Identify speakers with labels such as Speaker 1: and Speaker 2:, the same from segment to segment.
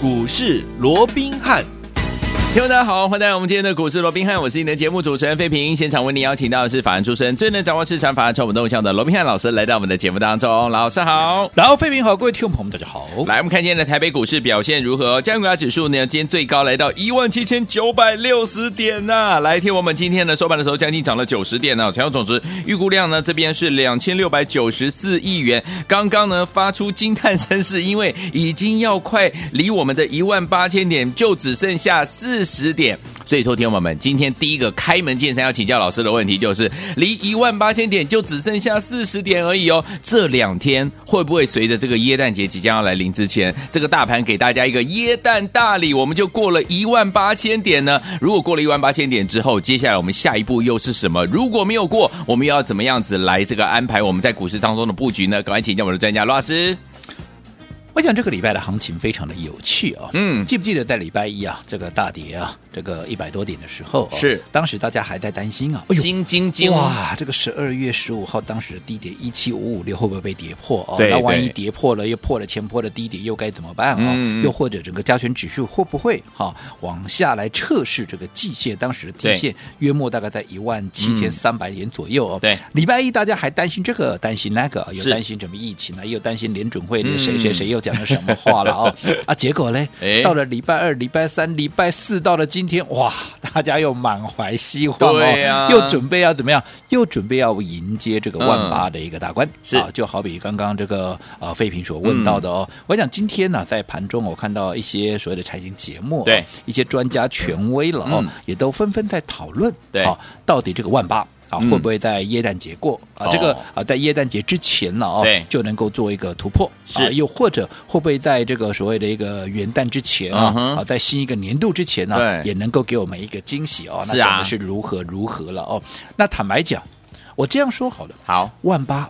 Speaker 1: 股市罗宾汉。
Speaker 2: 听众大家好，欢迎来到我们今天的股市罗宾汉，我是你的节目主持人费平。现场为您邀请到的是法案出身、最能掌握市场法案筹码动向的罗宾汉老师，来到我们的节目当中。老师好，
Speaker 3: 然后，费平好，各位听众朋友们，大家好。
Speaker 2: 来我们看今天的台北股市表现如何？加权指数呢，今天最高来到一万七千九百六十点呐、来，听我们今天呢收盘的时候将近涨了九十点呢、啊，成交总值预估量呢这边是两千六百九十四亿元。刚刚呢发出惊叹声，是因为已经要快离我们的一万八千点就只剩下四十点。所以，说，听众朋友们，今天第一个开门见山要请教老师的问题就是，离一万八千点就只剩下四十点而已哦。这两天会不会随着这个耶诞节即将要来临之前，这个大盘给大家一个耶诞大礼，我们就过了一万八千点呢？如果过了一万八千点之后，接下来我们下一步又是什么？如果没有过，我们又要怎么样子来这个安排我们在股市当中的布局呢？赶快请教我们的专家罗老师。
Speaker 3: 我想这个礼拜的行情非常的有趣啊、
Speaker 2: 嗯
Speaker 3: 记不记得在礼拜一啊，这个大跌啊，这个一百多点的时候、哦，
Speaker 2: 是
Speaker 3: 当时大家还在担心啊，哎呦
Speaker 2: 金金金，
Speaker 3: 哇，这个十二月十五号当时的低点一七五五六会不会被跌破哦？
Speaker 2: 对
Speaker 3: 那万一
Speaker 2: 对
Speaker 3: 跌破了，又破了前波的低点，又该怎么办哦？
Speaker 2: 嗯嗯
Speaker 3: 又或者整个加权指数会不会哈、往下来测试这个季线？当时的
Speaker 2: 对嗯
Speaker 3: 季线约莫大概在一万七千三百点左右哦。
Speaker 2: 对
Speaker 3: 礼拜一大家还担心这个，担心那个，有
Speaker 2: 是
Speaker 3: 担心什么疫情啊，又担心联准会
Speaker 2: 嗯
Speaker 3: 谁谁谁又讲了什么话了 哦啊，结果嘞
Speaker 2: 哎，
Speaker 3: 到了礼拜二、礼拜三、礼拜四，到了今天，哇，大家又满怀希望哦，
Speaker 2: 对呀
Speaker 3: 又准。准备要怎么样？又准备要迎接这个万八的一个大关，
Speaker 2: 嗯是
Speaker 3: 啊，就好比刚刚这个呃费平所问到的哦。
Speaker 2: 嗯
Speaker 3: 我想今天呢、在盘中我看到一些所谓的财经节目，哦
Speaker 2: 对
Speaker 3: 一些专家权威了哦，
Speaker 2: 嗯
Speaker 3: 也都纷纷在讨论，
Speaker 2: 对
Speaker 3: 啊，到底这个万八。啊，
Speaker 2: 嗯
Speaker 3: 会不会在耶诞节过啊？
Speaker 2: 哦
Speaker 3: 这个啊，在耶诞节之前了哦
Speaker 2: 对，
Speaker 3: 就能够做一个突破，
Speaker 2: 是
Speaker 3: 啊，又或者会不会在这个所谓的一个元旦之前啊
Speaker 2: 嗯，哼
Speaker 3: 啊，在新一个年度之前呢，
Speaker 2: 对
Speaker 3: 也能够给我们一个惊喜哦。那
Speaker 2: 是啊
Speaker 3: 讲的是如何如何了哦。那坦白讲，我这样说好了，
Speaker 2: 好，
Speaker 3: 万八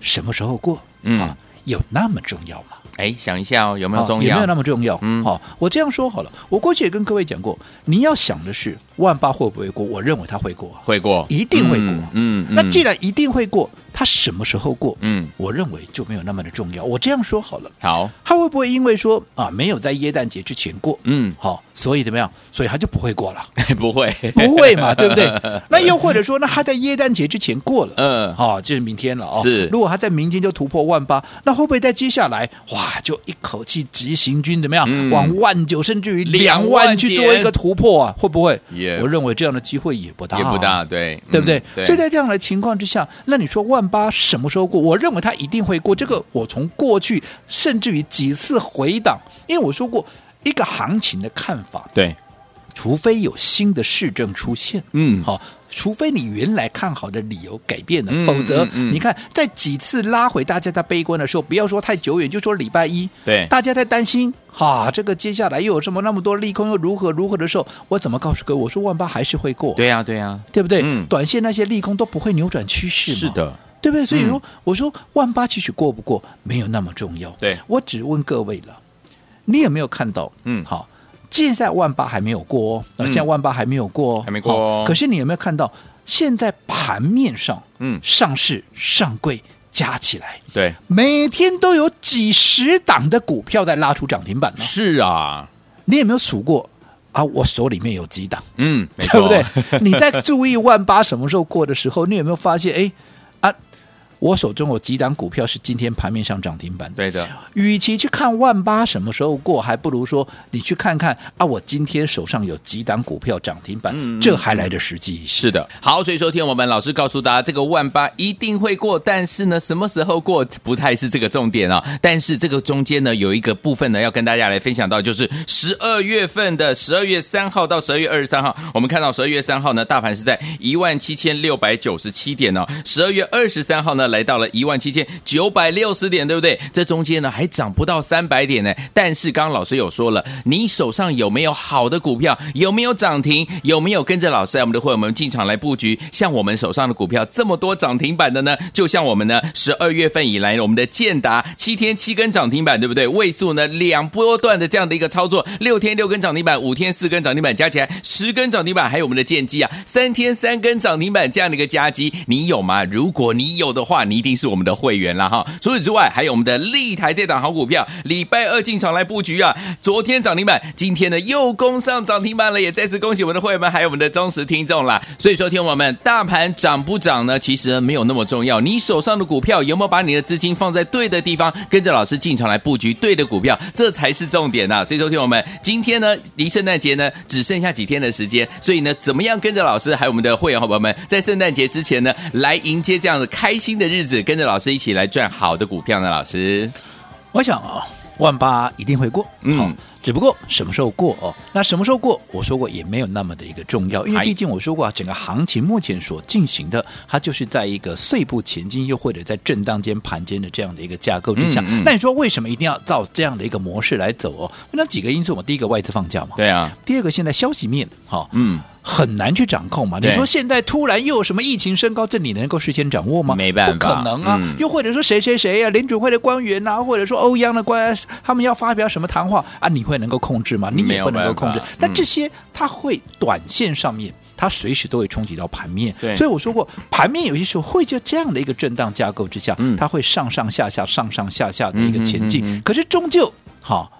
Speaker 3: 什么时候过？
Speaker 2: 嗯
Speaker 3: 啊，有那么重要吗？
Speaker 2: 哎，想一下哦，有没有
Speaker 3: 啊
Speaker 2: 重
Speaker 3: 也
Speaker 2: 要？
Speaker 3: 没有那么重要。
Speaker 2: 嗯
Speaker 3: 好、我这样说好了，我过去也跟各位讲过，你要想的是万八会不会过？我认为它会过啊，
Speaker 2: 会过，
Speaker 3: 一定会过
Speaker 2: 嗯，嗯
Speaker 3: 那既
Speaker 2: 然，
Speaker 3: 然一定会过，它什么时候过？
Speaker 2: 嗯，
Speaker 3: 我认为就没有那么的重要。我这样说好了，
Speaker 2: 好，
Speaker 3: 它会不会因为说啊没有在耶诞节之前过？
Speaker 2: 嗯，
Speaker 3: 好、所以怎么样？所以它就不会过了。
Speaker 2: 不会，
Speaker 3: 不会嘛，对不 对？那又或者说，那他在耶诞节之前过了，
Speaker 2: 嗯
Speaker 3: 好、就是明天了哦。
Speaker 2: 是
Speaker 3: 如果他在明天就突破万八，那会不会在接下来哇，就一口气急行军怎么样，
Speaker 2: 嗯
Speaker 3: 往万九甚至于
Speaker 2: 两
Speaker 3: 两
Speaker 2: 万
Speaker 3: 万去做一个突破啊？会不会
Speaker 2: Yeah
Speaker 3: 我认为这样的机会也不大、啊
Speaker 2: 也不大，。对，
Speaker 3: 对不对
Speaker 2: 嗯？对，
Speaker 3: 所以在这样的情况之下，那你说万八什么时候过？我认为它一定会过。这个我从过去甚至于几次回档，因为我说过一个行情的看法，
Speaker 2: 对，
Speaker 3: 除非有新的市政出现，
Speaker 2: 嗯
Speaker 3: 好、除非你原来看好的理由改变了，
Speaker 2: 嗯
Speaker 3: 否则、
Speaker 2: 嗯嗯
Speaker 3: 你看在几次拉回大家在悲观的时候，不要说太久远，就说礼拜一，
Speaker 2: 对
Speaker 3: 大家在担心。哈、这个接下来又有什么那么多利空，又如何如何的时候，我怎么告诉各位？我说万八还是会过，
Speaker 2: 对啊呀，对呀，
Speaker 3: 对不对？
Speaker 2: 嗯
Speaker 3: 短线那些利空都不会扭转趋势嘛，
Speaker 2: 是的，
Speaker 3: 对不对？所以说，
Speaker 2: 嗯
Speaker 3: 我说万八其实过不过没有那么重要。
Speaker 2: 对
Speaker 3: 我只问各位了，你有没有看到？
Speaker 2: 嗯
Speaker 3: 好，现在万八还没有过哦，啊
Speaker 2: 嗯
Speaker 3: 现在万八还没有过哦，
Speaker 2: 还没过哦
Speaker 3: 好可是你有没有看到，现在盘面上，
Speaker 2: 嗯
Speaker 3: 上市上柜加起来，
Speaker 2: 对，
Speaker 3: 每天都有几十档的股票在拉出涨停板呢。
Speaker 2: 是啊，
Speaker 3: 你有没有数过啊？我手里面有几档？
Speaker 2: 嗯，没
Speaker 3: 对不对？
Speaker 2: 错，
Speaker 3: 你在注意万八什么时候过的时候，你有没有发现？哎，啊，我手中有几档股票是今天盘面上涨停板的。
Speaker 2: 对的，
Speaker 3: 与其去看万八什么时候过，还不如说你去看看啊，我今天手上有几档股票涨停
Speaker 2: 嗯
Speaker 3: 板，这还来得实际一些。
Speaker 2: 是的，好，所以说听我们老师告诉大家，这个万八一定会过，但是呢，什么时候过不太是这个重点啊。但是这个中间呢，有一个部分呢，要跟大家来分享到，就是十二月份的十二月三号到十二月二十三号，我们看到十二月三号呢，大盘是在一万七千六百九十七点哦，十二月二十三号呢，来到了一万七千九百六十点，对不对？这中间呢，还涨不到三百点呢。但是刚刚老师有说了，你手上有没有好的股票？有没有涨停？有没有跟着老师我们的会员们进场来布局？像我们手上的股票这么多涨停板的呢？就像我们呢十二月份以来，我们的建达七天七根涨停板，对不对？位数呢两波段的这样的一个操作，六天六根涨停板，五天四根涨停板，加起来十根涨停板，还有我们的建机啊，三天三根涨停板这样的一个加基，你有吗？如果你有的话，话，你一定是我们的会员啦哈。除此之外，还有我们的立台这档好股票，礼拜二进场来布局啊，昨天涨停板，今天呢又攻上涨停板了，也再次恭喜我们的会员们，还有我们的忠实听众啦。所以说，听我们，大盘涨不涨呢，其实呢没有那么重要，你手上的股票有没有把你的资金放在对的地方，跟着老师进场来布局对的股票，这才是重点呐、啊所以说，听我们，今天呢离圣诞节呢只剩下几天的时间，所以呢，怎么样跟着老师还有我们的会员好朋友们，在圣诞节之前呢，来迎接这样的开心的日子，跟着老师一起来赚好的股票呢？老师，
Speaker 3: 我想啊、万八一定会过，
Speaker 2: 嗯
Speaker 3: 好只不过什么时候过哦？那什么时候过？我说过也没有那么的一个重要，因
Speaker 2: 嗨
Speaker 3: 为毕竟我说过啊，整个行情目前所进行的，它就是在一个碎步前进，又或者在震荡间盘间的这样的一个架构之下。
Speaker 2: 嗯嗯
Speaker 3: 那你说为什么一定要照这样的一个模式来走哦？那几个因素嘛，第一个外资放假嘛，
Speaker 2: 对啊，
Speaker 3: 第二个现在消息面好、
Speaker 2: 嗯，
Speaker 3: 很难去掌控嘛。
Speaker 2: 对
Speaker 3: 你说现在突然又有什么疫情升高，这你能够事先掌握吗？
Speaker 2: 没办法
Speaker 3: 不可能啊。
Speaker 2: 嗯
Speaker 3: 又或者说谁谁谁啊，联准会的官员呐、或者说欧央的官员，他们要发表什么谈话啊，你会能够控制吗？你
Speaker 2: 没
Speaker 3: 也
Speaker 2: 有
Speaker 3: 不能够控制
Speaker 2: 办法。
Speaker 3: 那
Speaker 2: 嗯
Speaker 3: 这些它会短线上面。它随时都会冲击到盘面
Speaker 2: 对，
Speaker 3: 所以我说过，盘面有些时候会就这样的一个震荡架构之下，
Speaker 2: 嗯
Speaker 3: 它会上上下下、上上下下的一个前进。
Speaker 2: 嗯哼嗯哼
Speaker 3: 可是终究，好、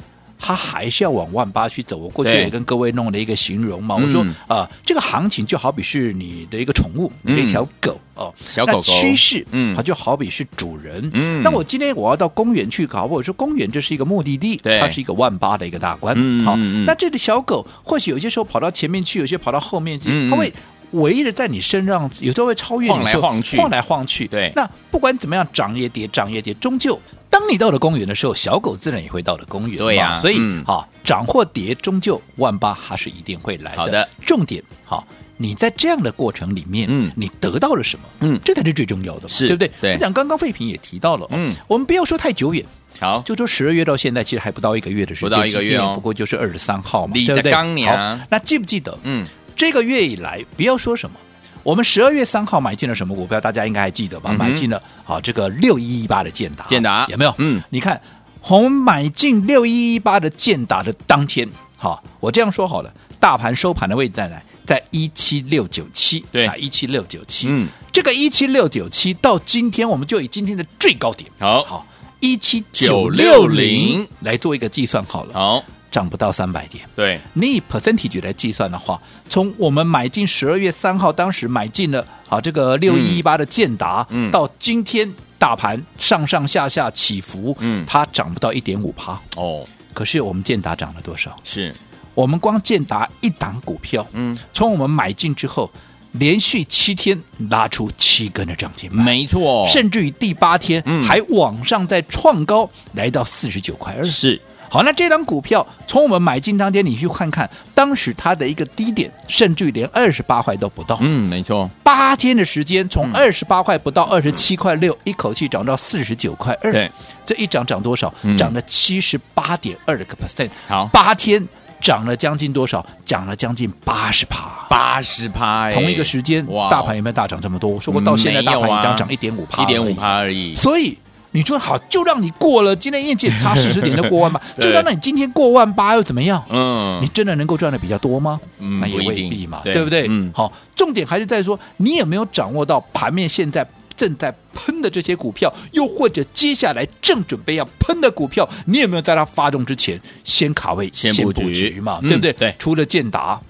Speaker 3: 它还是要往万八去走。我过去
Speaker 2: 对
Speaker 3: 也跟各位弄了一个形容嘛，我说
Speaker 2: 嗯
Speaker 3: 啊、这个行情就好比是你的一个宠物，你的一条狗哦，
Speaker 2: 小狗狗
Speaker 3: 那趋势，
Speaker 2: 嗯
Speaker 3: 嗯，它就好比是主人，
Speaker 2: 嗯
Speaker 3: 那我今天我要到公园去搞，我说公园这是一个目的地，
Speaker 2: 对
Speaker 3: 它是一个万八的一个大关，
Speaker 2: 嗯
Speaker 3: 好，
Speaker 2: 嗯嗯
Speaker 3: 那这只小狗或许有些时候跑到前面去，有些跑到后面去，
Speaker 2: 嗯
Speaker 3: 它
Speaker 2: 嗯
Speaker 3: 会。围着在你身上，有时候会超越你，
Speaker 2: 晃来
Speaker 3: 就
Speaker 2: 晃去
Speaker 3: 晃来晃去。
Speaker 2: 对
Speaker 3: 那不管怎么样，涨也跌，涨也跌，终究当你到了公园的时候，小狗自然也会到了公园嘛。
Speaker 2: 对呀
Speaker 3: 所以
Speaker 2: 嗯
Speaker 3: 好，涨或跌，终究万八还是一定会来的。
Speaker 2: 好的，
Speaker 3: 重点好，你在这样的过程里面，
Speaker 2: 嗯
Speaker 3: 你得到了什么？
Speaker 2: 嗯
Speaker 3: 这才是最重要的嘛，
Speaker 2: 是
Speaker 3: 对不对？
Speaker 2: 对
Speaker 3: 我想刚刚废品也提到了，
Speaker 2: 嗯
Speaker 3: 嗯，我们不要说太久远，
Speaker 2: 好，
Speaker 3: 就说十二月到现在，其实还不到一个月的时间，
Speaker 2: 不到一个月哦
Speaker 3: 今天不过就是二十三号嘛，
Speaker 2: 你
Speaker 3: 对不对？
Speaker 2: 在刚年啊
Speaker 3: 好，那记不记得？
Speaker 2: 嗯，
Speaker 3: 这个月以来，不要说什么。我们十二月三号买进了什么股票？大家应该还记得吧？
Speaker 2: 嗯哼
Speaker 3: 买进了好这个六一一八的建达，
Speaker 2: 建达
Speaker 3: 有没有？
Speaker 2: 嗯，
Speaker 3: 你看，我们买进六一一八的建达的当天，好，我这样说好了，大盘收盘的位置在哪？在一七六九七，啊
Speaker 2: 对
Speaker 3: 一七六九七，
Speaker 2: 嗯，
Speaker 3: 这个一七六九七到今天，我们就以今天的最高点，
Speaker 2: 好
Speaker 3: 好一七九六
Speaker 2: 17960
Speaker 3: 零来做一个计算好了，
Speaker 2: 好，
Speaker 3: 涨不到三百点。
Speaker 2: 对，
Speaker 3: 你以 percentage 来计算的话，从我们买进十二月三号，当时买进了啊这个六一一八的建达，
Speaker 2: 嗯
Speaker 3: 到今天大盘上上下下起伏，
Speaker 2: 嗯
Speaker 3: 它涨不到一点五趴。
Speaker 2: 哦，
Speaker 3: 可是我们建达涨了多少？
Speaker 2: 是，
Speaker 3: 我们光建达一档股票，
Speaker 2: 嗯，
Speaker 3: 从我们买进之后，连续七天拉出七根的涨停板，
Speaker 2: 没错，
Speaker 3: 甚至于第八天、
Speaker 2: 嗯
Speaker 3: 还往上再创高，来到四十九块二。
Speaker 2: 是，
Speaker 3: 好，那这张股票从我们买进当天，你去看看，当时它的一个低点，甚至于连二十八块都不到。
Speaker 2: 嗯，没错，
Speaker 3: 八天的时间，从二十八块不到二十七块六，一口气涨到四十九块二。
Speaker 2: 对，
Speaker 3: 这一涨涨多少
Speaker 2: 嗯？
Speaker 3: 涨了七十八点二个 percent。
Speaker 2: 好
Speaker 3: 八天涨了将近多少？涨了将近八十趴。
Speaker 2: 八十趴，哎
Speaker 3: 同一个时间，大盘有没有大涨这么多？我说过，到现在大
Speaker 2: 没
Speaker 3: 盘
Speaker 2: 有啊
Speaker 3: 已经涨一点五趴，
Speaker 2: 一点五趴而已，
Speaker 3: 所以你说好，就让你过了，今天业绩也差四十点就过万八，
Speaker 2: 对
Speaker 3: 就让你今天过万八又怎么样？
Speaker 2: 嗯
Speaker 3: 你，真的能够赚的比较多吗？
Speaker 2: 嗯
Speaker 3: 那也
Speaker 2: 不一
Speaker 3: 未
Speaker 2: 定
Speaker 3: 必嘛，
Speaker 2: 对
Speaker 3: 不对？
Speaker 2: 嗯
Speaker 3: 好，重点还是在说你有没有掌握到盘面现在正在喷的这些股票，又或者接下来正准备要喷的股票，你有没有在它发动之前先卡位、
Speaker 2: 先布
Speaker 3: 布
Speaker 2: 局
Speaker 3: 嘛？
Speaker 2: 嗯
Speaker 3: 对不对？
Speaker 2: 对
Speaker 3: 除了建达，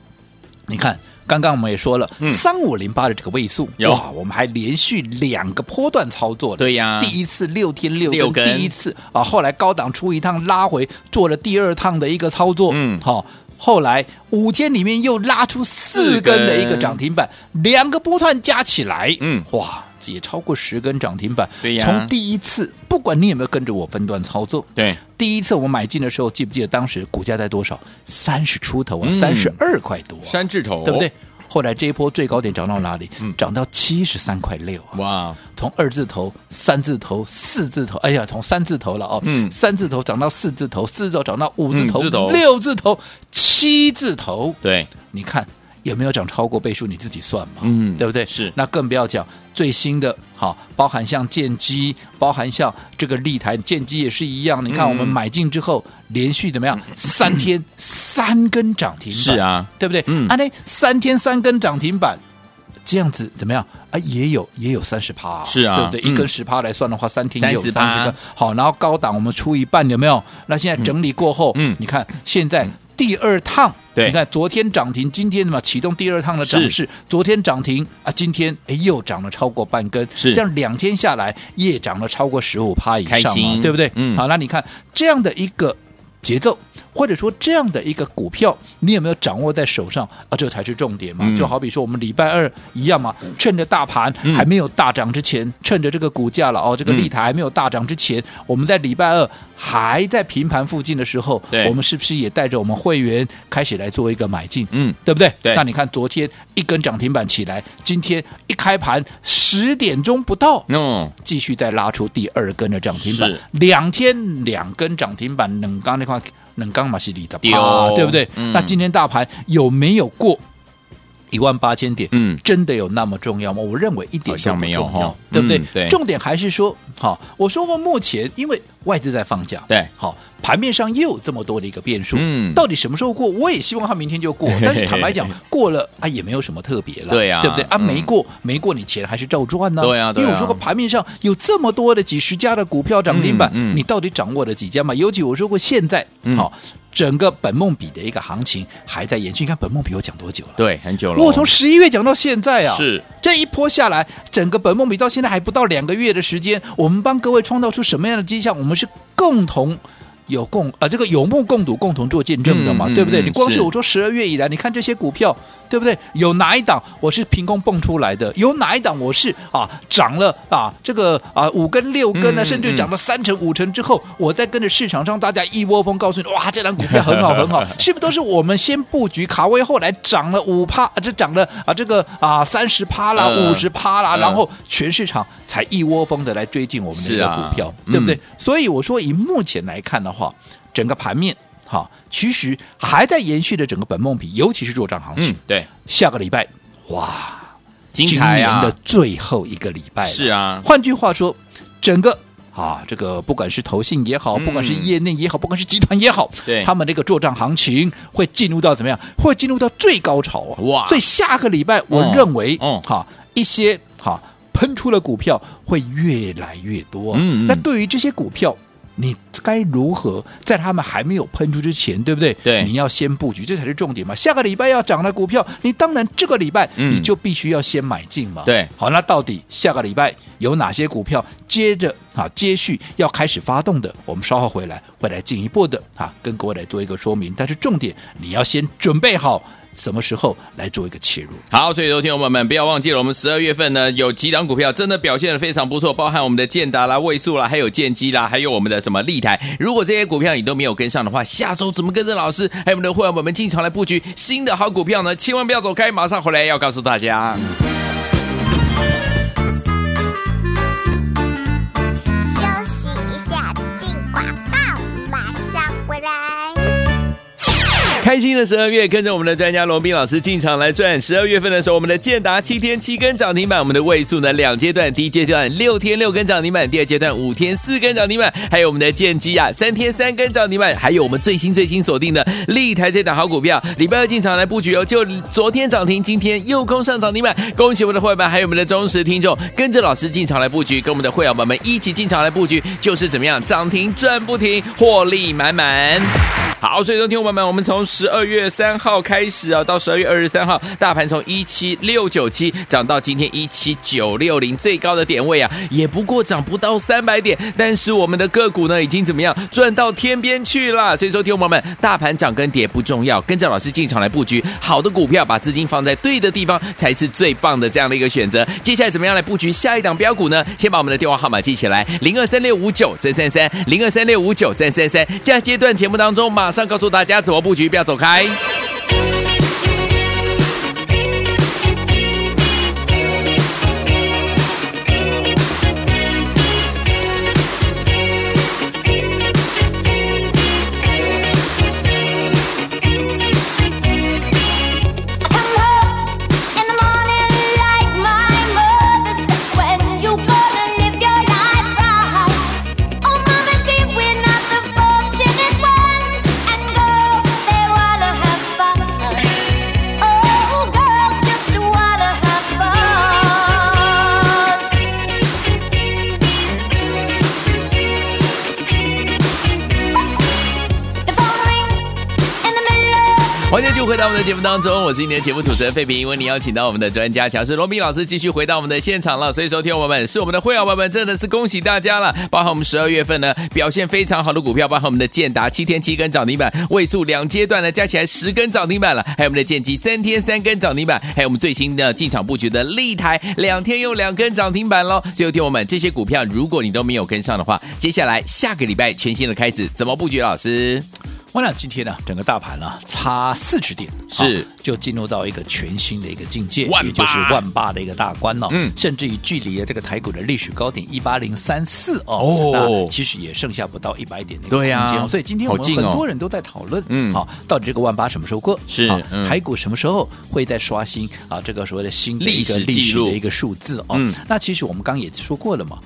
Speaker 3: 你看。刚刚我们也说了，
Speaker 2: 嗯
Speaker 3: 三五零八的这个位数，
Speaker 2: 有
Speaker 3: 哇，我们还连续两个波段操作了。
Speaker 2: 对呀
Speaker 3: 第一次六天六
Speaker 2: 六根
Speaker 3: 第一次啊，后来高档出一趟拉回，做了第二趟的一个操作，
Speaker 2: 嗯
Speaker 3: 好、后来五天里面又拉出四根的一个涨停板，两个波段加起来，
Speaker 2: 嗯
Speaker 3: 哇，这也超过十根涨停板。
Speaker 2: 对呀
Speaker 3: 从第一次，不管你有没有跟着我分段操作，
Speaker 2: 对，
Speaker 3: 第一次我们买进的时候，记不记得当时股价在多少？三十出头啊
Speaker 2: 嗯，
Speaker 3: 三十二块多啊、
Speaker 2: 三字头，
Speaker 3: 对不对？？后来这一波最高点涨到哪里？
Speaker 2: 嗯
Speaker 3: 涨到七十三块六啊！
Speaker 2: 哇，
Speaker 3: 从二字头、三字头、四字头，哎呀，从三字头了哦，
Speaker 2: 嗯
Speaker 3: 三字头涨到四字头，四字头涨到五字头，
Speaker 2: 嗯字头
Speaker 3: 六字头、七字头，
Speaker 2: 对，
Speaker 3: 你看有没有涨超过倍数？你自己算嘛，
Speaker 2: 嗯
Speaker 3: 对不对？
Speaker 2: 是
Speaker 3: 那更不要讲最新的，好，包含像建机，包含像这个立台，建机也是一样。
Speaker 2: 嗯
Speaker 3: 你看我们买进之后，连续怎么样？三天三根涨停板，
Speaker 2: 是啊，
Speaker 3: 对不对？
Speaker 2: 嗯
Speaker 3: 啊，那三天三根涨停板。这样子怎么样啊？也有也有三十趴，
Speaker 2: 是啊
Speaker 3: 对不对？
Speaker 2: 嗯
Speaker 3: 一根十趴来算的话，三天也有
Speaker 2: 30%
Speaker 3: 三十根。好，然后高档我们出一半，有没有？那现在整理过后，
Speaker 2: 嗯嗯
Speaker 3: 你看现在第二趟。
Speaker 2: 对
Speaker 3: 你看昨天涨停，今天嘛启动第二趟的涨势，昨天涨停啊，今天哎又涨了超过半根，
Speaker 2: 是
Speaker 3: 这样两天下来也涨了超过十五趴以
Speaker 2: 开
Speaker 3: 上嘛
Speaker 2: 心，
Speaker 3: 对不对？
Speaker 2: 嗯
Speaker 3: 好，那你看这样的一个节奏，或者说这样的一个股票，你有没有掌握在手上啊？这才是重点嘛。
Speaker 2: 嗯
Speaker 3: 就好比说我们礼拜二一样嘛，趁着大盘
Speaker 2: 嗯
Speaker 3: 还没有大涨之前，趁着这个股价了哦，这个
Speaker 2: 嗯
Speaker 3: 立台还没有大涨之前，我们在礼拜二还在平盘附近的时候
Speaker 2: 对，
Speaker 3: 我们是不是也带着我们会员开始来做一个买进？
Speaker 2: 嗯，
Speaker 3: 对不对？
Speaker 2: 对
Speaker 3: 那你看昨天一根涨停板起来，今天一开盘十点钟不到，
Speaker 2: 哦，
Speaker 3: 继续再拉出第二根的涨停板
Speaker 2: 是，
Speaker 3: 两天两根涨停板，冷刚那块冷刚嘛是你的
Speaker 2: 对哦
Speaker 3: 趴，对不对？
Speaker 2: 嗯
Speaker 3: 那今天大盘有没有过一万八千点？
Speaker 2: 嗯
Speaker 3: 真的有那么重要吗？我认为一点
Speaker 2: 好像
Speaker 3: 都不
Speaker 2: 没有
Speaker 3: 重要
Speaker 2: 哦
Speaker 3: 对不对？
Speaker 2: 嗯对
Speaker 3: 重点还是说，好，我说过目前因为外资在放假，
Speaker 2: 对
Speaker 3: 哎好，盘面上又有这么多的一个变数，
Speaker 2: 嗯
Speaker 3: 到底什么时候过？我也希望它明天就 过，但是坦白讲，过了啊也没有什么特别了，
Speaker 2: 对呀
Speaker 3: 对不对？啊，
Speaker 2: 嗯
Speaker 3: 没过没过，你钱还是照赚呢，
Speaker 2: 对呀对
Speaker 3: 因
Speaker 2: 呀啊
Speaker 3: 为我说过盘面上有这么多的几十家的股票涨停板，
Speaker 2: 嗯嗯
Speaker 3: 你到底掌握了几家嘛？尤其我说过，现在好、
Speaker 2: 嗯
Speaker 3: 整个本梦比的一个行情还在延续。你看本梦比我讲多久了？
Speaker 2: 对，很久了哦，
Speaker 3: 我从十一月讲到现在啊，
Speaker 2: 是
Speaker 3: 这一波下来，整个本梦比到现在还不到两个月的时间，我们帮各位创造出什么样的迹象？我们是共同。有共呃，这个有目共睹，共同做见证的嘛，
Speaker 2: 嗯嗯
Speaker 3: 对不对？
Speaker 2: 嗯
Speaker 3: 你光
Speaker 2: 是
Speaker 3: 是我说十二月以来，你看这些股票，对不对？有哪一档我是凭空蹦出来的？有哪一档我是啊涨了啊这个啊五根六根
Speaker 2: 嗯
Speaker 3: 呢，
Speaker 2: 嗯
Speaker 3: 甚至涨了三成五成之后，我再跟着市场上大家一窝蜂告诉你，哇，这档股票很好很好， 是不是都是我们先布局卡位，后来涨了五趴，啊这涨了啊这个啊三十趴啦，
Speaker 2: 嗯
Speaker 3: 五十趴啦，
Speaker 2: 嗯
Speaker 3: 然后全市场才一窝蜂的来追进我们的一
Speaker 2: 是
Speaker 3: 个
Speaker 2: 啊
Speaker 3: 股票，
Speaker 2: 嗯
Speaker 3: 对不对？所以我说，以目前来看的话，整个盘面哈，其实还在延续着整个本梦比，尤其是做账行情。
Speaker 2: 嗯，对，
Speaker 3: 下个礼拜，哇，
Speaker 2: 精
Speaker 3: 今
Speaker 2: 彩
Speaker 3: 年
Speaker 2: 啊
Speaker 3: 的，最后一个礼拜了
Speaker 2: 是啊，
Speaker 3: 换句话说，整个啊，这个不管是投信也好，
Speaker 2: 嗯
Speaker 3: 不管是业内也好，不管是集团也好，
Speaker 2: 对
Speaker 3: 他们这个做账行情会进入到怎么样？会进入到最高潮啊！
Speaker 2: 哇
Speaker 3: 所以下个礼拜，我认为，
Speaker 2: 嗯嗯
Speaker 3: 哈、一些哈、喷出的股票会越来越多。
Speaker 2: 嗯嗯
Speaker 3: 那对于这些股票。你该如何在他们还没有喷出之前，对不对？
Speaker 2: 对
Speaker 3: 你要先布局，这才是重点嘛。下个礼拜要涨的股票，你当然这个礼拜
Speaker 2: 嗯
Speaker 3: 你就必须要先买进嘛。
Speaker 2: 对
Speaker 3: 好，那到底下个礼拜有哪些股票接着啊接续要开始发动的？我们稍后回来会来进一步的啊跟各位来做一个说明。但是重点你要先准备好什么时候来做一个切入。
Speaker 2: 好，所以昨天我们不要忘记了，我们十二月份呢有几档股票真的表现的非常不错，包含我们的建达啦、位数啦，还有建机啦，还有我们的什么立台。如果这些股票你都没有跟上的话，下周怎么跟着老师还有我们的会员们进场来布局新的好股票呢？千万不要走开，马上回来要告诉大家。
Speaker 4: 休息一下，进广告，马上回来。
Speaker 2: 开心的十二月，跟着我们的专家罗斌老师进场来赚。十二月份的时候，我们的建达七天七根涨停板，我们的位数呢两阶段，第一阶段六天六根涨停板，第二阶段五天四根涨停板，还有我们的建机啊三天三根涨停板，还有我们最新最新锁定的立台这档好股票，礼拜二进场来布局哦，就昨天涨停，今天又攻上涨停板，恭喜我们的会员们，还有我们的忠实听众，跟着老师进场来布局，跟我们的会员们一起进场来布局，就是怎么样涨停赚不停，获利满满。好，所以说，听众朋友们，我们从十二月三号开始啊，到十二月二十三号，大盘从一七六九七涨到今天一七九六零，最高的点位啊，也不过涨不到三百点。但是我们的个股呢，已经怎么样赚到天边去了？所以说，听众朋友们，大盘涨跟跌不重要，跟着老师进场来布局好的股票，把资金放在对的地方，才是最棒的这样的一个选择。接下来怎么样来布局下一档标股呢？先把我们的电话号码记起来，零二三六五九三三三，零二三六五九三三三。这样阶段节目当中，马上告诉大家怎么布局，不要走开。
Speaker 5: I come home in the morning like my mother says when you gonna live your life right. Oh mama dear, we're not the fortunate ones and girls they wanna have fun. Oh,
Speaker 2: 欢迎继续回到我们的节目当中，我是今天的节目主持人费平，为您邀请到我们的专家强势罗密老师继续回到我们的现场了。所以，说，听我们是我们的会员朋友们，真的是恭喜大家了！包含我们十二月份呢表现非常好的股票，包含我们的建达七天七根涨停板，位数两阶段呢加起来十根涨停板了，还有我们的建机三天三根涨停板，还有我们最新的进场布局的立台两天又两根涨停板喽。所以，听我们这些股票，如果你都没有跟上的话，接下来下个礼拜全新的开始怎么布局？老师，
Speaker 3: 我想今天呢、整个大盘呢、差四十点，
Speaker 2: 是
Speaker 3: 好就进入到一个全新的一个境界，
Speaker 2: 万八
Speaker 3: 也就是万八的一个大关了、
Speaker 2: 嗯
Speaker 3: 甚至于距离这个台股的历史高点一八零三四
Speaker 2: 哦
Speaker 3: 哦，那其实也剩下不到一百点的一个空
Speaker 2: 对
Speaker 3: 间、
Speaker 2: 啊
Speaker 3: 哦所以今天
Speaker 2: 好
Speaker 3: 我们
Speaker 2: 近哦
Speaker 3: 很多人都在讨论，
Speaker 2: 嗯
Speaker 3: 好，到底这个万八什么时候过？
Speaker 2: 是
Speaker 3: 好
Speaker 2: 嗯
Speaker 3: 台股什么时候会再刷新啊？这个所谓的新的一个
Speaker 2: 历史
Speaker 3: 历
Speaker 2: 记
Speaker 3: 史
Speaker 2: 录
Speaker 3: 的一个数字哦、
Speaker 2: 嗯
Speaker 3: 那其实我们刚刚也说过了嘛。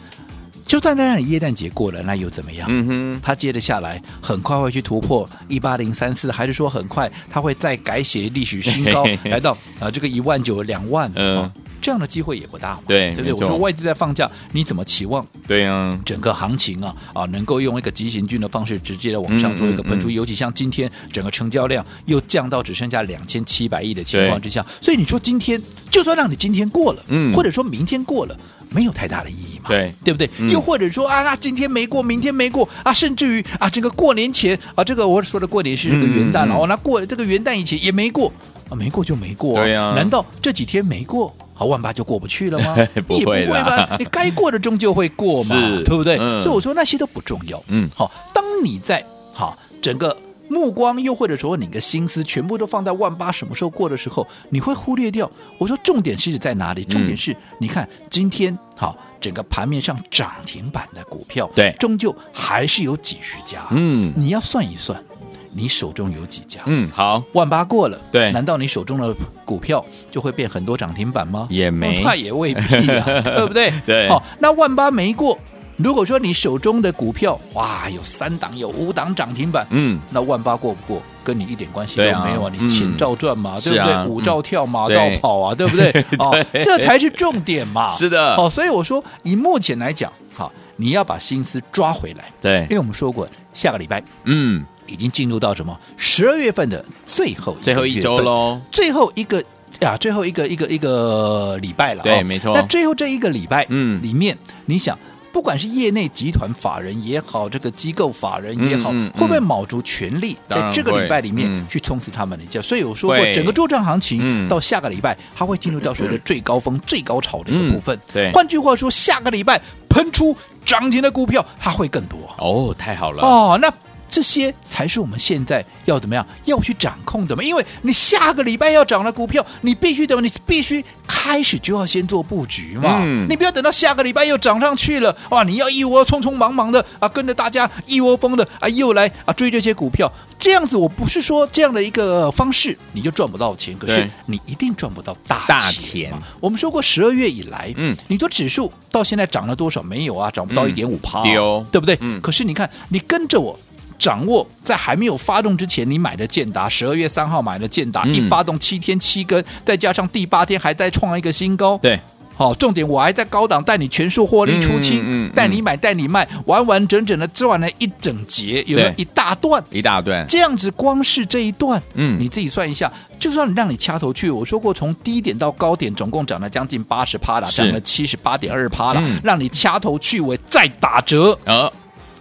Speaker 3: 就算那你耶诞节过了，那又怎么样？
Speaker 2: 嗯哼，
Speaker 3: 它接着下来很快会去突破一八零三四，还是说很快它会再改写历史新高
Speaker 2: 嘿嘿，嘿
Speaker 3: 来到呃这个一万九两万，
Speaker 2: 嗯
Speaker 3: 哦这样的机会也不大嘛，
Speaker 2: 对
Speaker 3: 对不对？
Speaker 2: 没
Speaker 3: 我
Speaker 2: 错
Speaker 3: 说外资在放假，你怎么期望
Speaker 2: 对呀、啊，
Speaker 3: 整个行情啊啊，能够用一个急行军的方式直接的往上做一个喷出，
Speaker 2: 嗯嗯
Speaker 3: 尤其像今天整个成交量又降到只剩下两千七百亿的情况之下，所以你说今天就算让你今天过了，
Speaker 2: 嗯
Speaker 3: 或者说明天过了，没有太大的意义嘛，
Speaker 2: 对
Speaker 3: 对不对？
Speaker 2: 嗯
Speaker 3: 又或者说啊，那今天没过，明天没过啊，甚至于啊，这个过年前啊，这个我说的过年是这个元旦了、
Speaker 2: 嗯嗯嗯
Speaker 3: 哦，那过这个元旦以前也没过啊，没过就没过、
Speaker 2: 对呀？
Speaker 3: 难道这几天没过？好，万八就过不去了吗
Speaker 2: 不
Speaker 3: 也不
Speaker 2: 会
Speaker 3: 会
Speaker 2: 的
Speaker 3: 吧？你该过的终究会过嘛
Speaker 2: 是，
Speaker 3: 对不对？
Speaker 2: 嗯
Speaker 3: 所以我说那些都不重要。
Speaker 2: 嗯
Speaker 3: 好，当你在好整个目光，又或者说你的心思全部都放在万八什么时候过的时候，你会忽略掉。我说重点是在
Speaker 2: 嗯
Speaker 3: 哪里？重点是、你看今天好整个盘面上涨停板的股票，
Speaker 2: 对
Speaker 3: 终究还是有几十家。
Speaker 2: 嗯
Speaker 3: 你要算一算，你手中有几家？
Speaker 2: 嗯，好，
Speaker 3: 万八过了，
Speaker 2: 对
Speaker 3: 难道你手中的股票就会变很多涨停板吗？
Speaker 2: 也没
Speaker 3: 怕也未必啊， 对不对？
Speaker 2: 对
Speaker 3: 好、那万八没过，如果说你手中的股票哇有三档有五档涨停板，
Speaker 2: 嗯，
Speaker 3: 那万八过不过跟你一点关系都
Speaker 2: 对啊
Speaker 3: 没有啊，
Speaker 2: 嗯
Speaker 3: 你钱照赚嘛，对
Speaker 2: 是
Speaker 3: 不
Speaker 2: 啊
Speaker 3: 对？舞照跳，马照
Speaker 2: 对
Speaker 3: 跑啊，对不对？哦， 这才是重点嘛。
Speaker 2: 是的
Speaker 3: 哦，所以我说以目前来讲，好，你要把心思抓回来，
Speaker 2: 对
Speaker 3: 因，为我们说过下个礼拜
Speaker 2: 嗯，
Speaker 3: 已经进入到什么十二月份的最后
Speaker 2: 最后一周
Speaker 3: 喽，
Speaker 2: 喽，
Speaker 3: 最后一个啊，最后一个一个一个礼拜了、
Speaker 2: 对
Speaker 3: 哦
Speaker 2: 没错
Speaker 3: 那最后这一个礼拜，
Speaker 2: 嗯
Speaker 3: 里面你想。不管是业内集团法人也好，这个机构法人也好，
Speaker 2: 嗯嗯嗯
Speaker 3: 会不会卯足全力
Speaker 2: 当然
Speaker 3: 在这个礼拜里面
Speaker 2: 会嗯
Speaker 3: 去冲刺他们的价？所以我说过
Speaker 2: 会，
Speaker 3: 整个作战行情、
Speaker 2: 嗯
Speaker 3: 到下个礼拜，它会进入到所谓的最高峰、最高潮的一个部分。
Speaker 2: 嗯对
Speaker 3: 换句话说，下个礼拜喷出涨停的股票，它会更多。
Speaker 2: 哦，太好了，
Speaker 3: 哦，那这些才是我们现在要怎么样要去掌控的嘛？因为你下个礼拜要涨的股票，你必须怎么？你必须开始就要先做布局嘛。
Speaker 2: 嗯
Speaker 3: 你不要等到下个礼拜又涨上去了，哇，你要一窝匆匆忙忙的啊，跟着大家一窝蜂的啊，又来啊追这些股票。这样子，我不是说这样的一个方式你就赚不到钱，可是
Speaker 2: 对
Speaker 3: 你一定赚不到大
Speaker 2: 大
Speaker 3: 钱嘛
Speaker 2: 钱。
Speaker 3: 我们说过，十二月以来，
Speaker 2: 嗯，
Speaker 3: 你说指数到现在涨了多少？没有啊，涨不到
Speaker 2: 嗯
Speaker 3: 一点五趴，
Speaker 2: 对哦
Speaker 3: 对不对？
Speaker 2: 嗯
Speaker 3: 可是你看，你跟着我。掌握在还没有发动之前，你买的建达，十二月三号买的建达，
Speaker 2: 嗯
Speaker 3: 一发动七天七根，再加上第八天还在创一个新高。，
Speaker 2: 对，
Speaker 3: 好、重点我还在高档带你全数获利出清，
Speaker 2: 嗯嗯嗯
Speaker 3: 带你买带你卖，完完整整的赚了一整节，有没有
Speaker 2: 对
Speaker 3: 一大段？
Speaker 2: 一大段，
Speaker 3: 这样子光是这一段，
Speaker 2: 嗯
Speaker 3: 你自己算一下，就算让你掐头去，我说过从低点到高点总共涨了将近八十趴了，
Speaker 2: 是
Speaker 3: 涨了七十八点二趴了，
Speaker 2: 嗯
Speaker 3: 让你掐头去尾再打折，
Speaker 2: 呃，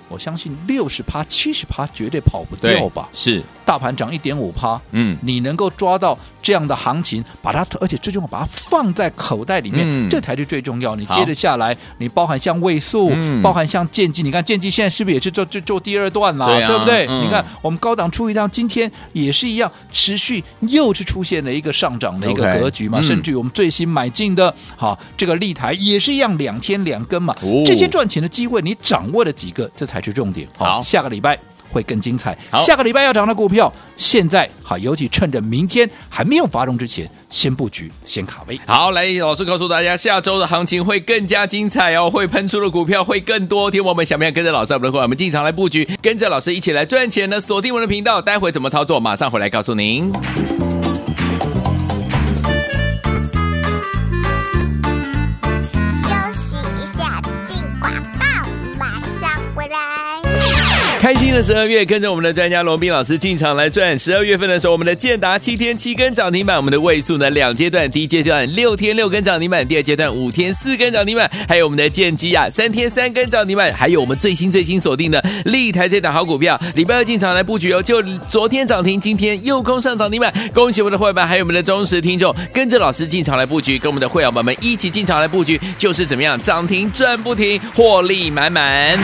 Speaker 3: 我相信六十趴、七十趴绝对跑不
Speaker 2: 对
Speaker 3: 掉吧，？
Speaker 2: 是，
Speaker 3: 大盘涨一点五趴，
Speaker 2: 嗯，
Speaker 3: 你能够抓到这样的行情，把它，而且最重要把它放在口袋里面，
Speaker 2: 嗯
Speaker 3: 这才是最重要。你
Speaker 2: 好
Speaker 3: 接着下来，你包含像位数，
Speaker 2: 嗯
Speaker 3: 包含像建机，你看建机现在是不是也是做做做第二段啦，
Speaker 2: 对啊
Speaker 3: 不对？
Speaker 2: 嗯
Speaker 3: 你看我们高档出一趟，今天也是一样，持续又是出现了一个上涨的一个
Speaker 2: OK，
Speaker 3: 格局嘛，
Speaker 2: 嗯
Speaker 3: 甚至于我们最新买进的，好这个立台也是一样，两天两根嘛，
Speaker 2: 哦
Speaker 3: 这些赚钱的机会你掌握了几个，这才是重点。
Speaker 2: 好
Speaker 3: 下个礼拜。会更精彩
Speaker 2: 好。
Speaker 3: 下个礼拜要涨的股票，现在好，尤其趁着明天还没有发动之前，先布局，先卡位。
Speaker 2: 好，来，老师告诉大家，下周的行情会更加精彩哦，会喷出的股票会更多。听我们想不想跟着老师，我们的伙伴们进场来布局，跟着老师一起来赚钱呢？锁定我们的频道，待会怎么操作，马上回来告诉您。
Speaker 4: 休息一下，进广告，马上回来。
Speaker 2: 开开心的十二月，跟着我们的专家罗斌老师进场来赚。十二月份的时候，我们的建达七天七根涨停板，我们的位数呢两阶段，第一阶段六天六根涨停板，第二阶段五天四根涨停板，还有我们的建机啊三天三根涨停板，还有我们最新最新锁定的立台这档好股票，礼拜二进场来布局哦，就昨天涨停，今天又攻上涨停板，恭喜我们的会员们，还有我们的忠实听众，跟着老师进场来布局，跟我们的会员宝宝们一起进场来布局，就是怎么样涨停赚不停，获利满满。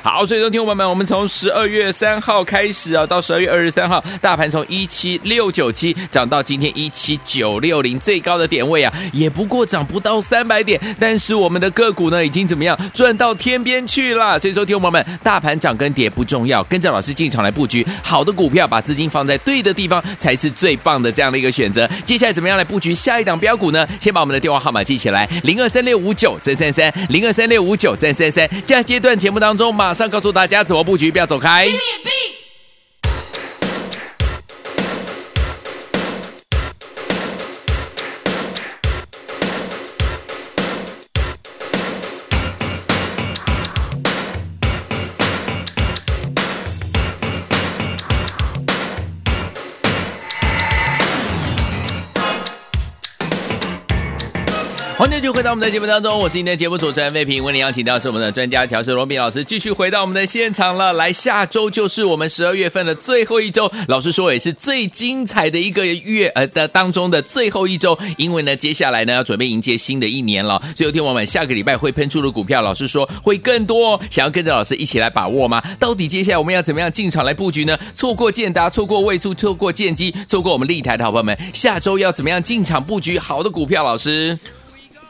Speaker 2: 好，所以说，听众朋友们，我们从十二月三号开始啊，到十二月二十三号，大盘从一七六九七涨到今天一七九六零，最高的点位啊，也不过涨不到三百点，但是我们的个股呢，已经怎么样赚到天边去了。所以说，听众朋友们，大盘涨跟跌不重要，跟着老师进场来布局好的股票，把资金放在对的地方，才是最棒的这样的一个选择。接下来怎么样来布局下一档标股呢？先把我们的电话号码记起来，零二三六五九三三三，零二三六五九三三三。这样阶段节目当中，马上告诉大家怎么布局，不要走开。欢迎继续回到我们的节目当中，我是今天的节目主持人魏平，为您邀请到是我们的专家乔氏罗斌老师，继续回到我们的现场了。来，下周就是我们十二月份的最后一周，老师说也是最精彩的一个月呃的当中的最后一周，因为呢，接下来呢要准备迎接新的一年了。所以有天我们下个礼拜会喷出的股票，老师说会更多、哦，想要跟着老师一起来把握吗？到底接下来我们要怎么样进场来布局呢？错过建达，错过位数，错过建机，错过我们立台的好朋友们，下周要怎么样进场布局好的股票？老师。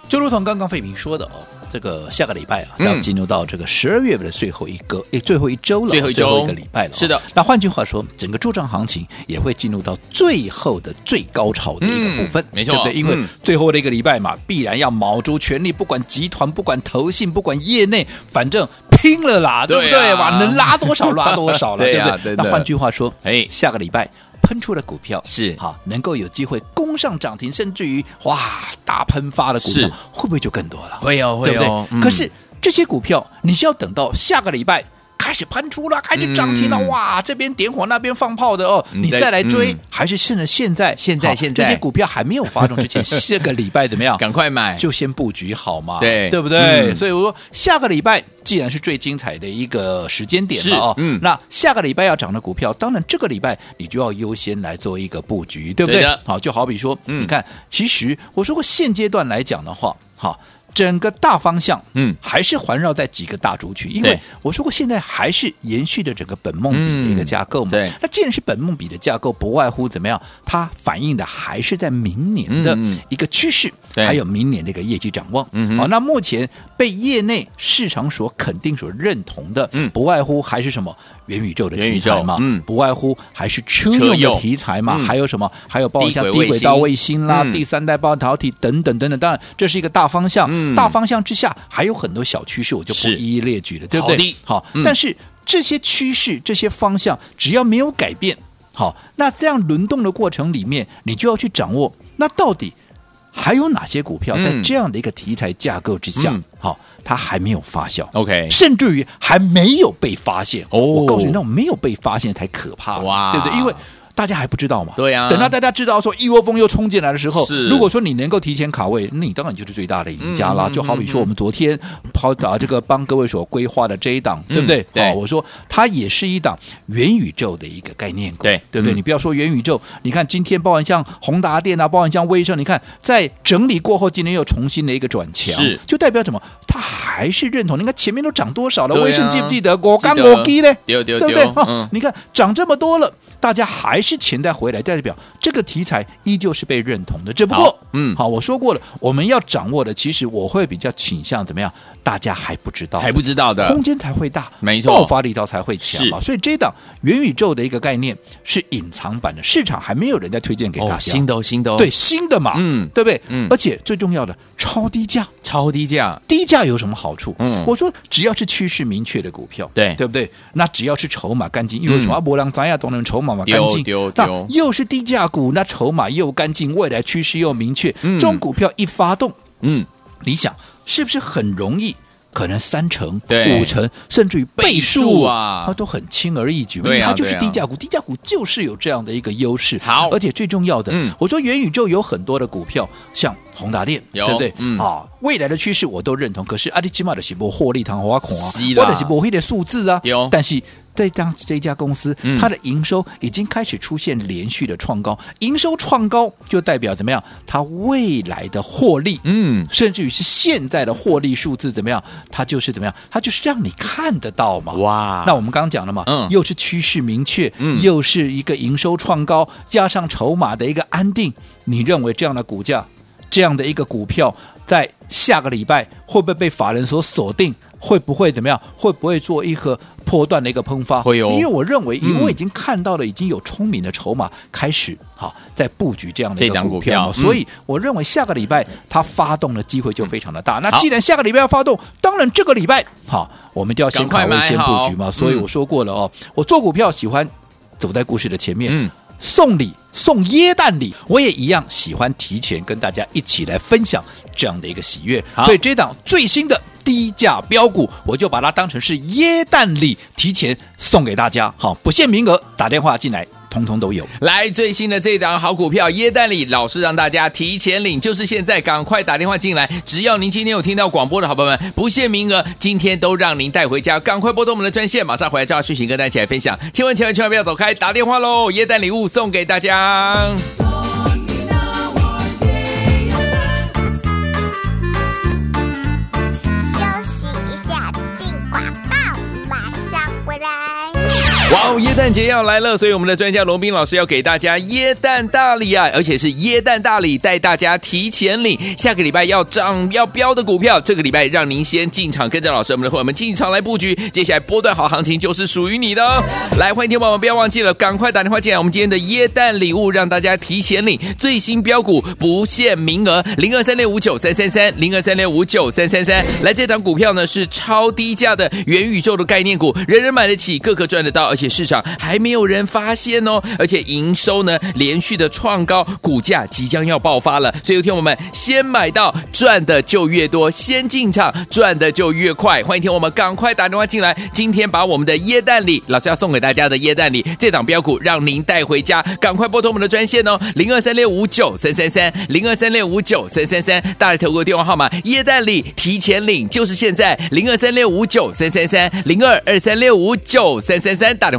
Speaker 3: 就如同刚刚费明说的哦，这个下个礼拜啊，
Speaker 2: 嗯
Speaker 3: 要进入到这个十二月份的最后一个诶，最后一周了，
Speaker 2: 最后一周
Speaker 3: 一个礼拜了哦。
Speaker 2: 是的
Speaker 3: 那换句话说，整个助涨行情也会进入到最后的最高潮的一个部分，
Speaker 2: 嗯没错
Speaker 3: 对不对？因为
Speaker 2: 嗯
Speaker 3: 最后的一个礼拜嘛，必然要卯足全力，不管集团，不管投信，不管业内，反正拼了啦，对不
Speaker 2: 对啊
Speaker 3: 对？哇，能拉多少拉多少了，
Speaker 2: 对
Speaker 3: 对
Speaker 2: 啊
Speaker 3: 不对？
Speaker 2: 真的
Speaker 3: 那换句话说，
Speaker 2: 哎
Speaker 3: 下个礼拜。喷出的股票
Speaker 2: 是
Speaker 3: 好，能够有机会攻上涨停，甚至于哇大喷发的股票
Speaker 2: 是，
Speaker 3: 会不会就更多了？
Speaker 2: 会哦，会
Speaker 3: 对不对
Speaker 2: 哦。？嗯
Speaker 3: 可是这些股票，你是要等到下个礼拜。开始喷出了，开始涨停了，
Speaker 2: 嗯
Speaker 3: 哇！这边点火，那边放炮的哦，
Speaker 2: 嗯
Speaker 3: 你
Speaker 2: 在
Speaker 3: 再来追，
Speaker 2: 嗯
Speaker 3: 还是趁着现在？
Speaker 2: 现在
Speaker 3: 好
Speaker 2: 现在
Speaker 3: 这些股票还没有发动之 前，下个礼拜怎么样？
Speaker 2: 赶快买，
Speaker 3: 就先布局好嘛，
Speaker 2: 对
Speaker 3: 对不对？
Speaker 2: 嗯
Speaker 3: 所以我说下个礼拜既然是最精彩的一个时间点了哦，
Speaker 2: 是嗯
Speaker 3: 那下个礼拜要涨的股票，当然这个礼拜你就要优先来做一个布局，对不对？
Speaker 2: 对的
Speaker 3: 好，就好比说，
Speaker 2: 嗯
Speaker 3: 你看，其实我说过现阶段来讲的话，好。整个大方向，
Speaker 2: 嗯
Speaker 3: 还是环绕在几个大族群，因为
Speaker 2: 对
Speaker 3: 我说过，现在还是延续着整个本梦比的一个
Speaker 2: 嗯
Speaker 3: 架构嘛。
Speaker 2: 对
Speaker 3: 那既然是本梦比的架构，不外乎怎么样，它反映的还是在明年的
Speaker 2: 嗯嗯
Speaker 3: 一个趋势，
Speaker 2: 对
Speaker 3: 还有明年的一个业绩展望。
Speaker 2: 嗯哼
Speaker 3: 好，那目前被业内市场所肯定、所认同的，
Speaker 2: 嗯
Speaker 3: 不外乎还是什么元宇宙的
Speaker 2: 元宇
Speaker 3: 题
Speaker 2: 宙
Speaker 3: 材嘛，
Speaker 2: 嗯
Speaker 3: 不外乎还是车
Speaker 2: 车
Speaker 3: 用
Speaker 2: 用
Speaker 3: 的题材嘛，
Speaker 2: 嗯
Speaker 3: 还有什么？还有包括像
Speaker 2: 低轨
Speaker 3: 低轨道
Speaker 2: 卫啊
Speaker 3: 卫星啦、
Speaker 2: 嗯
Speaker 3: 第三代半导体等等等等。当然，这是一个大方向，
Speaker 2: 嗯
Speaker 3: 大方向之下还有很多小趋势，我就不
Speaker 2: 是
Speaker 3: 一一列举了，对不
Speaker 2: 好的
Speaker 3: 对？好，
Speaker 2: 嗯
Speaker 3: 但是这些趋势、这些方向，只要没有改变，好，那这样轮动的过程里面，你就要去掌握，那到底还有哪些股票
Speaker 2: 嗯
Speaker 3: 在这样的一个题材架构之下，
Speaker 2: 嗯
Speaker 3: 好，它还没有发酵
Speaker 2: OK，
Speaker 3: 甚至于还没有被发现。
Speaker 2: 哦
Speaker 3: 我告诉你，那种没有被发现才可怕，
Speaker 2: 哇
Speaker 3: 对不对？因为大家还不知道嘛。
Speaker 2: 对啊
Speaker 3: 等到大家知道说一窝蜂又冲进来的时候
Speaker 2: 是，
Speaker 3: 如果说你能够提前卡位，那你当然就是最大的赢家啦。
Speaker 2: 嗯
Speaker 3: 就好比说我们昨天抛啊这个帮各位所规划的这一档，
Speaker 2: 嗯
Speaker 3: 对不对？
Speaker 2: 对
Speaker 3: 好我说它也是一档元宇宙的一个概念股，
Speaker 2: 对
Speaker 3: 对不对？
Speaker 2: 嗯
Speaker 3: 你不要说元宇宙，你看今天包含像宏达电啊，包含像威盛，你看在整理过后，今天又重新的一个转强，
Speaker 2: 是
Speaker 3: 就代表什么？它还是认同。你看前面都涨多少了？
Speaker 2: 对啊
Speaker 3: 威盛记不记得？我刚
Speaker 2: 记得
Speaker 3: 我记嘞，
Speaker 2: 丢丢
Speaker 3: 对不对
Speaker 2: 丢？，
Speaker 3: 哈
Speaker 2: 嗯，
Speaker 3: 你看涨这么多了，大家还是钱袋回来，代表这个题材依旧是被认同的。只不过
Speaker 2: 好，嗯
Speaker 3: 好，我说过了，我们要掌握的，其实我会比较倾向怎么样？大家还不知道，
Speaker 2: 还不知道的
Speaker 3: 空间才会大，
Speaker 2: 没错
Speaker 3: 爆发力道才会强嘛。所以这档元宇宙的一个概念是隐藏版的，市场还没有人家推荐给大
Speaker 2: 哦，
Speaker 3: 家。
Speaker 2: 新的哦新的哦，
Speaker 3: 对，新的嘛，
Speaker 2: 嗯
Speaker 3: 对不对？
Speaker 2: 嗯
Speaker 3: 而且最重要的，超低价，
Speaker 2: 超低价，
Speaker 3: 低价有什么好处？
Speaker 2: 嗯
Speaker 3: 我说只要是趋势明确的股票，
Speaker 2: 对
Speaker 3: 对不对？那只要是筹码干净，因为什么？
Speaker 2: 嗯
Speaker 3: 阿伯朗咱亚都能筹码嘛
Speaker 2: 丢
Speaker 3: 干净
Speaker 2: 丢，
Speaker 3: 那
Speaker 2: 丢
Speaker 3: 又是低价股，那筹码又干净，未来趋势又明确，
Speaker 2: 嗯
Speaker 3: 这种股票一发动，
Speaker 2: 嗯，
Speaker 3: 你想是不是很容易？可能三成、
Speaker 2: 对
Speaker 3: 五成，甚至于倍
Speaker 2: 倍数
Speaker 3: 数
Speaker 2: 啊
Speaker 3: 它都很轻而易举嘛，因
Speaker 2: 对
Speaker 3: 为
Speaker 2: 啊
Speaker 3: 它就是
Speaker 2: 对啊
Speaker 3: 低价股，低价股就是有这样的一个优势。
Speaker 2: 好
Speaker 3: 而且最重要的
Speaker 2: 嗯，
Speaker 3: 我说元宇宙有很多的股票，像宏达电，
Speaker 2: 有
Speaker 3: 对不对
Speaker 2: 嗯？
Speaker 3: 啊，未来的趋势我都认同，可是阿里起码的是波获利糖花孔啊，
Speaker 2: 是啦
Speaker 3: 或者是波黑的数字啊
Speaker 2: 对哦，
Speaker 3: 但是。这家这家公司
Speaker 2: 嗯，
Speaker 3: 它的营收已经开始出现连续的创高，营收创高就代表怎么样？它未来的获利，
Speaker 2: 嗯，
Speaker 3: 甚至于是现在的获利数字怎么样？它就是怎么样？它就是让你看得到嘛。
Speaker 2: 哇
Speaker 3: 那我们刚刚讲了嘛，
Speaker 2: 啊嗯
Speaker 3: 又是趋势明确，
Speaker 2: 嗯
Speaker 3: 又是一个营收创高，加上筹码的一个安定，你认为这样的股价，这样的一个股票，在下个礼拜会不会被法人所锁定？会不会怎么样？会不会做一个波段的一个喷发？
Speaker 2: 会哦
Speaker 3: 因为我认为，因
Speaker 2: 嗯
Speaker 3: 为我已经看到了，已经有聪明的筹码开始好在布局这样的一
Speaker 2: 这
Speaker 3: 个
Speaker 2: 档
Speaker 3: 股
Speaker 2: 股票
Speaker 3: 票嘛，
Speaker 2: 嗯
Speaker 3: 所以我认为下个礼拜它发动的机会就非常的大。那
Speaker 2: 好
Speaker 3: 既然下个礼拜要发动，当然这个礼拜好，我们就要先卡
Speaker 2: 赶快
Speaker 3: 位、
Speaker 2: 买
Speaker 3: 先布
Speaker 2: 好
Speaker 3: 局嘛。所以
Speaker 2: 嗯
Speaker 3: 我说过了哦，我做股票喜欢走在故事的前面，
Speaker 2: 嗯，
Speaker 3: 送礼送椰蛋礼，我也一样喜欢提前跟大家一起来分享这样的一个喜悦。
Speaker 2: 好
Speaker 3: 所以这档最新的低价标股，我就把它当成是椰蛋礼，提前送给大家。好，不限名额，打电话进来，通通都有。
Speaker 2: 来最新的这档好股票耶诞里，老师让大家提前领，就是现在，赶快打电话进来。只要您今天有听到广播的好朋友们，不限名额，今天都让您带回家。赶快拨通我们的专线，马上回来就要讯息跟大家一起来分享。千万千万千万不要走开，打电话喽！耶诞礼物送给大家。
Speaker 4: 休息一下，进广告，马上回来。
Speaker 2: 哇哦，耶诞节要来了，所以我们的专家罗斌老师要给大家耶诞大礼啊，而且是耶诞大礼，带大家提前领下个礼拜要涨要标的股票，这个礼拜让您先进场，跟着老师我们的伙伴们进场来布局，接下来波段好行情就是属于你的哦。来，欢迎听众朋友们，不要忘记了，赶快打电话进来，我们今天的耶诞礼物让大家提前领，最新标股不限名额，零二三六五九三三三，零二三六五九三三三。来，这档股票呢是超低价的元宇宙的概念股，人人买得起，个个赚得到，而且市场还没有人发现哦。而且营收呢连续的创高，股价即将要爆发了。所以，有天我们先买到赚的就越多，先进场赚的就越快。欢迎听我们赶快打电话进来，今天把我们的椰蛋礼，老师要送给大家的椰蛋礼这档标股，让您带回家，赶快拨通我们的专线哦，零二三六五九三三三，零二三六五九三三三，大来投顾的电话号码，椰蛋礼提前领就是现在，零二三六五九三三三，零二二三六五九三三三，打电